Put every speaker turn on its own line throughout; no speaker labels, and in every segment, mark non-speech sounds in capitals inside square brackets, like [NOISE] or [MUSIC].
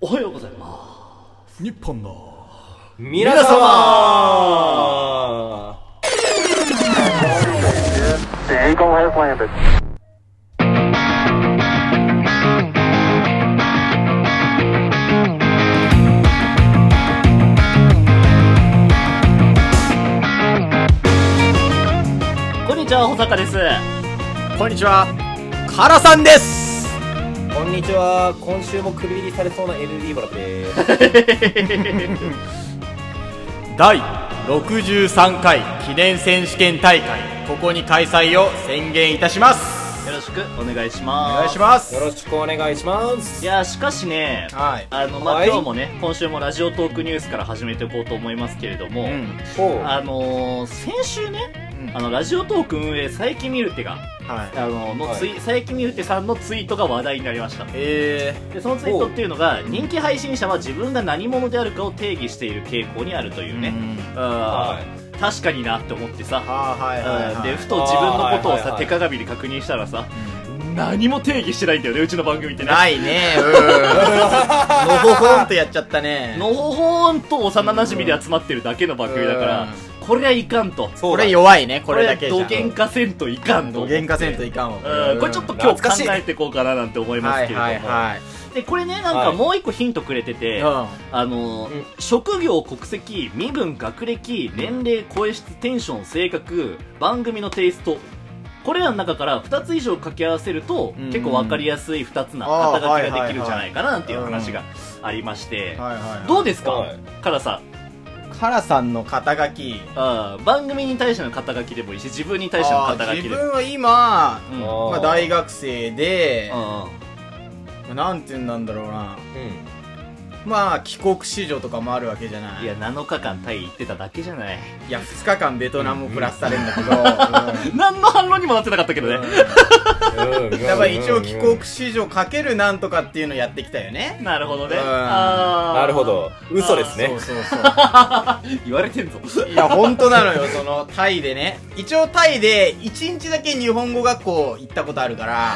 おはようございま
日本の
皆様
The Eagle has landed.
すこんにちは保坂です
こんにちはカラさんです
こんにちは今週もクビ切りされそうな LD ボラです
第63回記念選手権大会ここに開催を宣言いたします
よろしくお願いします
お願いします
よろしくお願いしま
い
す
やしかしね
はい
あのまあ、
はい
今日もね今週もラジオトークニュースから始めていこうと思いますけれども、
うん
おう
あのー先週ね、
うん
あのラジオトーク運営佐伯ミルテが
はい
あののツイ、
は
佐伯ミルテさんのツイートが話題になりました
え
でそのツイートっていうのが人気配信者は自分が何者であるかを定義している傾向にあるとい
ー
うね、
うん
あ
は
ー確かになって思ってさ、
あーはいはい
うん
はい
でふと自分のことを
あーはいはい
さ
はい
手鏡で確認したらさ何も定義してないんだよねうちの番組ってね
ないね [LAUGHS] うんのほほんとやっちゃったね
のほほんと幼なじみで集まってるだけの番組だから、
うん
これはいかんと
そう
こ
だ
れ弱いねこ
こ
れ
れ
だけじゃ
どげんかせんといかんと
ど
思
げんかせんといかんわ
うんこれちょっと
うん
今
懐か
日
しい
考えていこうかななんて思います
は
けれ
い
ども、
はいはい
でこれねなんか
はい
もう一個ヒントくれてて、
う
あのー
うん
職業国籍身分学歴年齢声質テンション性格番組のテイストこれらの中から2つ以上掛け合わせると、
うん
結構分かりやすい2つな
あ
肩書
ー
きができるんじゃないかななんていう話がありまして、
んはいはい
どうですか、
はい
からさ
カラさんの肩書き
あー番組に対しての肩書きでもいいし自分に対しての
あ
肩
ー
書き
自
で
分は今
うん
あー
まあ、大学生で
うん
なんて言うんなんだろうな
うん
まあ帰国子女とかもあるわけじゃない
いや7日間タイ行ってただけじゃない
いや2日間ベトナムもプラスされるんだけど、
何の反論にもなってなかったけどね、
うん
やっぱり一応帰国子女かけるなんとかっていうのやってきたよね
なるほどね
うん
あー
なるほど嘘ですね
そうそうそ
言われてんぞ
[LAUGHS] ういや本当なのよそのタイでね一応タイで1日だけ日本語学校行ったことあるから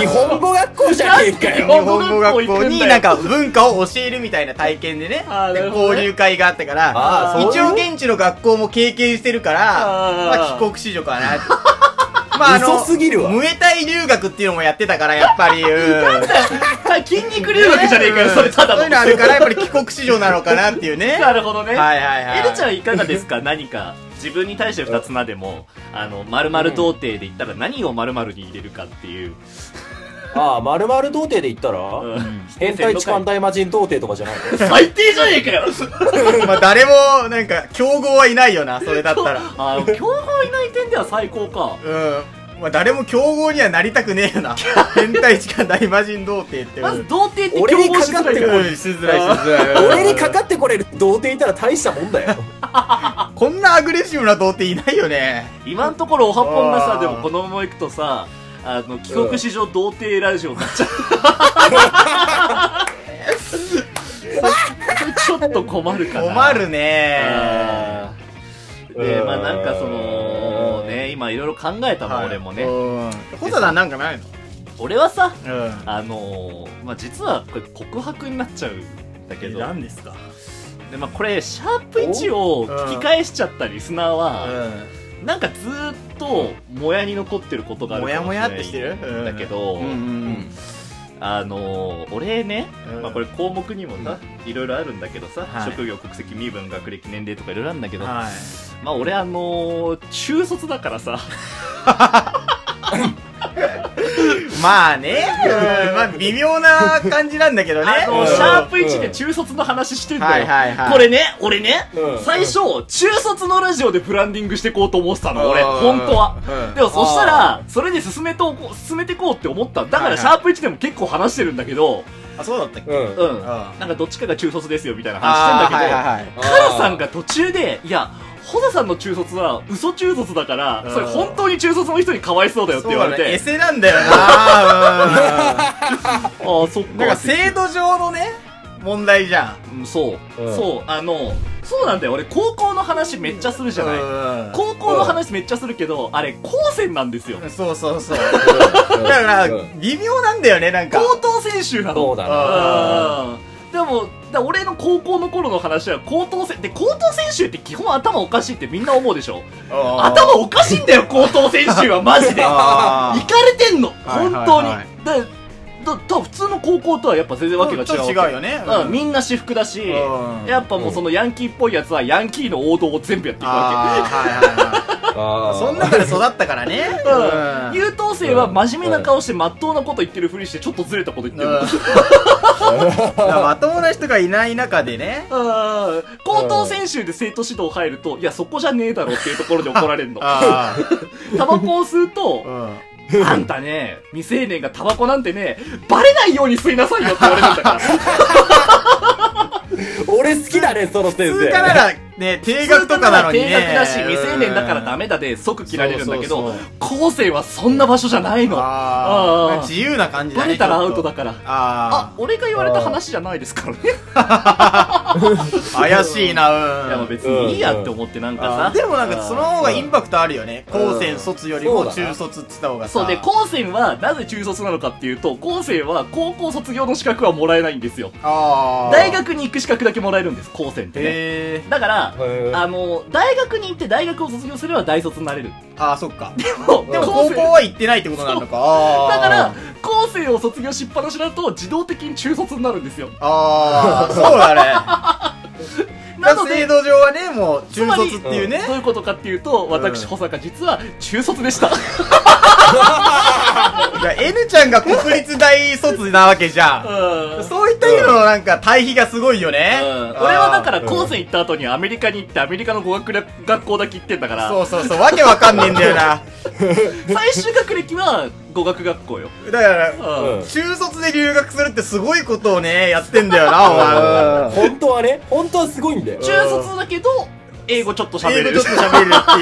日本語学校じゃね
[LAUGHS]
えか
日
日
よ
本
本
語
語
学
学
校
校
に
に
なんか文化を教えるみたいな体験でね
あーなるほどね
交流会があったから
あ
一
そう
応現地の学校も経験してるから
あー
まあ帰国子女
[LAUGHS]
かなまああの
嘘すぎるわ
ムエタイ留学っていうのもやってたからやっぱりうん
筋肉留学じゃねえかよ、それただ
そ
の
ういうのあるからやっぱり帰国子女なのかなっていう
[LAUGHS]
ね
なるほどね
はいはいはい
エルちゃんいかがですか [LAUGHS] 何か自分に対して二つなでもあの〇〇童貞で言ったら何を〇〇に入れるかっていう、
ああまるまる童貞で言った
う
ら
ん
変態痴漢大魔人童貞とかじゃないの
最低じゃねえかよ [LAUGHS]
まあ誰もなんか競合はいないよなそれ
[LAUGHS]
だったら
あの強豪いない点では最高か
うんまあ誰も競合にはなりたくねえ
[LAUGHS]
よな変態痴漢大魔人童貞っていう
まず童貞って
俺に
競合しづらいから
うんしづらいしづらい
俺にかかってこれる童貞いたら大したもんだよ
[LAUGHS] こんなアグレッシブな童貞いないよね
今のところおはぽんが
あー
さでもこのままいくとさあの帰国史上童貞ラジオになっちゃう [LAUGHS] それちょっと困るかな
困るね
あーで
うん
まあなんかそのね今いろいろ考えたの、俺もね
うんホサさんなんかないの
俺はさ
う
あのーまあ実はこれ告白になっちゃうんだけど
何ですか
で、まあ、これシャープ1を聞き返しちゃったリスナーは、
う
なんかずーっともやに残ってることがある
んも
か
や
も
も
し
やってして
れ
る
ないんだけ
う
ど、
んうんうん
あのー俺ね、
うん
まあ、これ項目にもさ、いろいろあるんだけどさ、
はい
職業国籍身分学歴年齢とかいろいろあるんだけど、
はい
まあ俺あのー中卒だからさ
まあねうんまあ微妙な感じなんだけどね
あ
う
の、
ん
シャープ1で中卒の話してんだよ。
はいはいはい
これね、俺ね、
うん
最初、中卒のラジオでブランディングしてこうと思ってたの、俺、
うん
本当は。
うん
でもそしたら、それで進めとこう、進めてこうって思った。だか
はいはい
ら、シャープ1でも結構話してるんだけど、
あそうだったっけ
うん
うん。
ん
なんかどっちかが中卒ですよ、みたいな話し
あー
てんだけど、
はいはいはい
カラさんが途中で、いや、ホ田さんの中卒は嘘中卒だから、それ本当に中卒の人にかわいそうだよって
そう
言わ
だ
れ
ねエ
て、
セなんだよ
あ
な
あ、そっ
うん
か。
なんか制度上のね問題じゃん
うんそう、
うん
そうあのそうなんだよ俺高校の話めっちゃするじゃない
うん
高校の話めっちゃするけどあれ高専なんですよ
そうそうそう
うん
だから
うん
微妙なんだよねなんか
高等専修なの
そうだな
うんでもだ俺の高校の頃の話は高等専で高等専修って基本頭おかしいってみんな思うでしょ頭
頭
おかしいん
[LAUGHS]
だよ高等専修はマジで
あー
行かれてんの
はいはい
本
はい
当に、だだだ普通の高校とはやっぱ全然わけが違う
ちょっと違うよね
うん
うん
みんな私服だし、
うん
やっぱもうそのヤンキーっぽいやつはヤンキーの王道を全部やっていくわ
あーはいはいはい
あー
そん中で育ったからね
け、うん、優等生は真面目な顔して真っ当なこと言ってるふりしてちょっとずれたこと言ってる、
うんだからまともな人がいない中でね
あー高等専修で生徒指導入ると、いや、そこじゃねえだろって [LAUGHS] いうところで怒られるの。
あ
タバコを吸う
あ、う
と、
ん、
あんたね、未成年がタバコなんてね、バレないように吸いなさいよって言われるんだから。 [LAUGHS]
俺好きだね、その先
普
生。
通かららね定額とかなのにね
低額だし、未成年だからダメだで即切られるんだけ
そう
ど
そうそう、
高生はそんな場所じゃないの。バ
あ
あー
あ自由な感じだね
レたら
ち
ア
ょっ
ウ
と
トだから。あ
あ、
俺が言われた話じゃないですからね。
あ怪しいなうん
いや、もう別にいいやって思ってなんかさ
あ。ーでもなんかその方がインパクトあるよね高専卒より
そ
も
うだな
中卒っつった方がさ
そうで、高専はなぜ中卒なのかっていうと、高専は高校卒業の資格はもらえないんですよ。
あー
大学に行く資格だけもらえるんです高専ってね
へえ
だから
へー
あの大学に行って大学を卒業すれば大卒になれる
ああそっかで
でも
も
高
高
専
校は行ってないってことなのかあ
だ
ー
から高専を卒業しっぱなしだと自動的に中卒になるんですよ
ああそうだね
[LAUGHS] なの
制
で
度上はねもう中卒っ
つ
て
ま
いうね
どういうことかっていうと私
うん
保坂実は中卒でした
いや N ちゃんが国立大卒なわけじゃん
うんうん
そういった意味のなんか対比がすごいよね。
俺はだから
うん
高専行った後にアメリカに行ってアメリカの語学学校だけ行ってんだか
あー
ら
そうそうそう、わけわかんねえんだ
[LAUGHS]
よな。
最終学歴は語学学校よ
だから
う、
うん
ん
中卒で留学するってすごいことをね、やってんだよな、お
うん
前。
本当はね、本当はすごいんだよ。
中卒だけど英語ちょっと喋れ
英
る
[LAUGHS] 語ちょっと喋れるっていう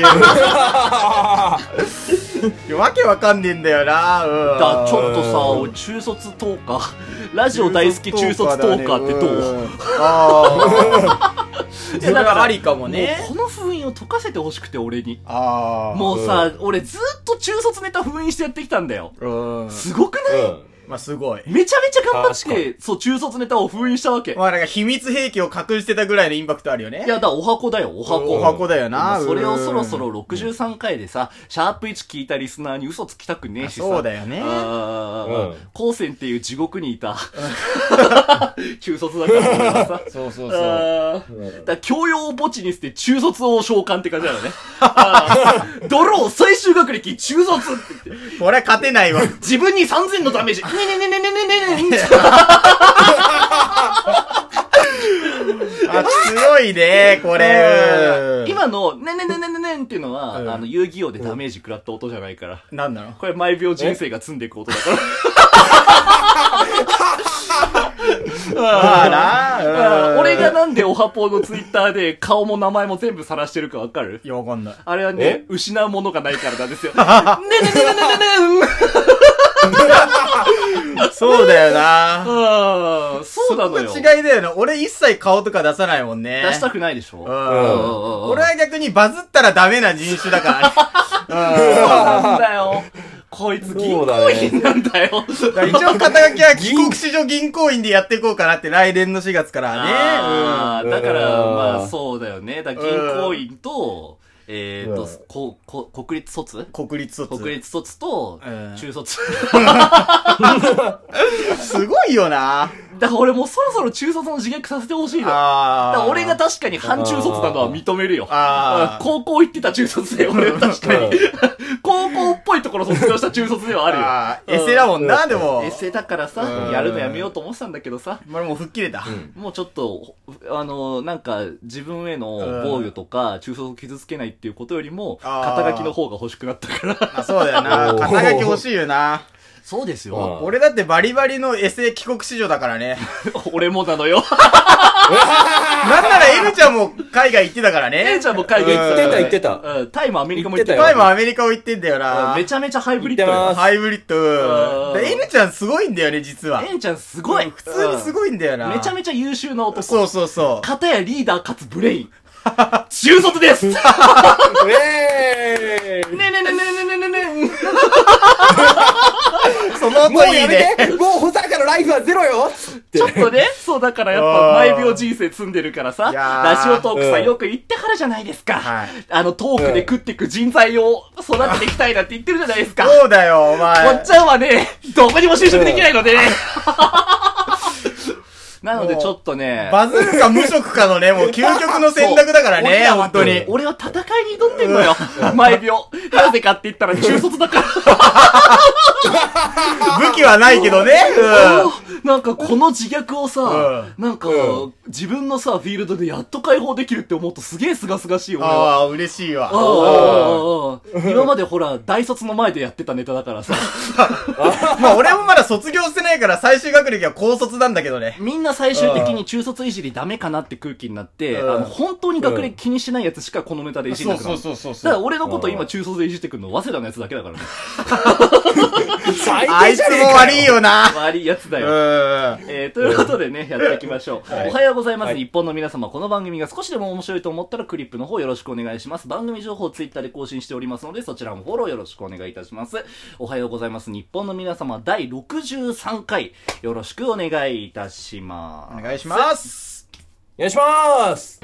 いや。わけわかんねえんだよな、うん。
だちょっとさ、俺中卒トーカー、ラジオ大好き中卒トーカーってどう
うんああ。
いや
[LAUGHS] それ
だから
はありかもね。
もうこの封印を解かせてほしくて、俺に。
ああ。
もうさ、俺ずっと中卒ネタ封印してやってきたんだよ。
うん。
すごくな
う
い、
ん。
まあ、すごい。
めちゃめちゃ頑張っ
確か
て、そう、中卒ネタを封印したわけ。い
まあ、なんか秘密兵器を隠してたぐらいのインパクトあるよね。
や、だからお箱だよ、お箱。
お箱だよな。
それをそろそ
うん
ろ63回でさ、シャープ1聞いたリスナーに嘘つきたくねえしさ。
そうだよね。
あー
うん
高専っていう地獄にいた。中卒だから俺はさ。
そうそうそう。
あーだから教養を墓地に捨て中卒を召喚って感じだよね。あー泥を最終学歴中卒って言って。
これは勝てないわ。
自分に3000のダメージ。ねねねねねねねねね。
あ、強いね、これ。
今のねねねねねねねっていうのは、
うん
あの遊戯王でダメージ食らった音じゃないから。
なんなの
これ毎秒人生が積んでいく音だから。
あら
あー俺が
い
なんでオハポーのツイッターで顔も名前も全部晒してるかわかる
や、わかんない。
あれはね
え、
失うものがないからなんですよ。ねねねねねねねね
そうだよな。
あーそうなのよ。
ここ違いだよな。俺一切顔とか出さないもんね。
出したくないでしょ
う
うん
ん。
うんうん
俺は逆にバズったらダメな人種だか
[LAUGHS]
ら
そう
ね。
なんだよ。こいつ銀
そ
行
うだね
員なんだよ。
うん。だから一応肩書きは帰国子女銀行員でやっていこうかなって来年の4月からね。
あーだから、
うん
まあそうだよね。だから銀行員と、えっと
うん、
こ、こ、国立卒
うん。国立卒。
国立卒と
うん、
中卒。
すごいよな。
だから俺もうそろそろ中卒の自虐させてほしいの。だか
あ
ら
ー。
俺が確かに半中卒なのは認めるよ。
あー
高校行ってた中卒で、俺は確かに
うん。
高校っぽいところ卒業した中卒ではあ
あーエセだもんな、でも
るよ。エ。セだからさ
う、ん
やるのやめようと思ってたんだけどさ。
まあもう吹っ切れた。
もうちょっと、あの、なんか、自分への防御とか、中卒を傷つけないっていうことよりも、
あー
肩書きの方が欲しくなったから。
あ、そうだよな。
[LAUGHS]
おー
肩書き欲しいよな。
そうです
よ
俺だってバリバリのエセ帰国子女だからね。
俺もなのよ。
なんなら N ちゃんも海外行ってたからね。
姉ちゃんも海外行ってた。
行ってた行って
た。うん、タイもアメリカも行ってた
海
よ。
もアメリカを行ってんだよな。
うんめちゃめちゃハイブリッドよ
行って
ハイブリッド。
うん
だから N ちゃんすごいんだよね、実は。
姉ちゃんすごい。
普通にす
い。
ごいんだよな。
めちゃ
め
めちゃ優秀な男。 [LAUGHS]
そうそうそう。
片やリーダーかつブレイン。中卒
[LAUGHS]
ですね
ウェー
えねえねえねえねえねえね
その
イも
後
う
いい
や
ね。
めてもう保坂のライフはゼロよつっ
え
て
ちょっとね、そうだからやっぱ毎秒人生積んでるからさ、
いやー
ラジオトークさ、
うん
よく言ったからじゃないですか。
はい
あの、トークで食ってく人材を育てていきたいなんて言ってるじゃないですか。
そうだよ、
こ
お
っ
前。
ちゃんはね、どこにも就職できないのでね。 [LAUGHS] なのでちょっとね、
バズるか無職かのね、もう究極の選択だから
俺
ね、
らは
本当に。
俺は戦いに挑んでんのよ。毎秒。なぜかって言ったら中卒だから。
武器はないけどね。
なんかこの自虐をさ、なんか、
うん
自分のさ、フィールドでやっと解放できるって思うとすげえすがすがしいよ
うん。
俺は。
ああ、嬉しいわ。うん
あああ
[LAUGHS]
あ今までほら、大卒の前でやってたネタだからさ、
まあ俺もまだ卒業してないから最終学歴は高卒なんだけどね。
みんな最終的に中卒いじりダメかなって空気になって、
うん
あの本当に学歴気にしてないやつしかこのネタでいじんなくなる。
そうそう
だから俺のこと今中卒でいじってくるの、早稲田のやつだけだからね。
最
あ
低
い
じ
つ
ゃねえ
も
か
悪いよな。
悪いやつだ
う
よ。
ん。
えーということでね、やっていきましょう。
はい
おはようございます、日本の皆様。この番組が少しでも面白いと思ったらクリップの方よろしくお願いします。番組情報をツイッターで更新しておりますので、そちらもフォローよろしくお願いいたします。おはようございます、日本の皆様。第63回、よろしくお願いいたします。
お願いします。
お願いします
す。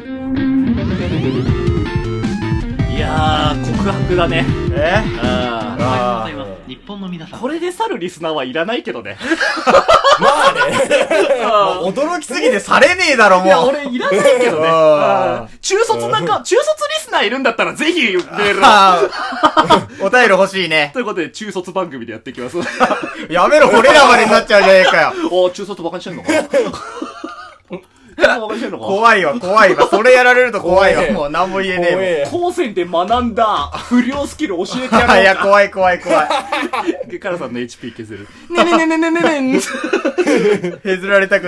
いやー、告白だね。
え
あ
おはようございます。日本の皆さ
ー
ん。
これで去るリスナーはいらないけどね。
まあね
あー
驚きすぎてされねえだろ、もう。
いや、俺いらないけどね。
あー
あー中卒なんか、中卒リスナーいるんだったらぜひメールを
あ [LAUGHS] ーお便り欲しいね。
ということで、中卒番組でやっていきます。
やめろ、俺らまでになっちゃうじゃねえかよ。
おー、中卒バカにしてんのかなバカにしてんのか
怖いわ、怖いわ。それやられると怖いわ
怖。え
もう何も言えね
怖
え
え
高専で学んだ不良スキル教えて
も
や
ん。い
ろ
や、怖い、怖い、怖 [LAUGHS] い。
う。カラさんの HP 削る。ねねねねねねね。
削られたくない。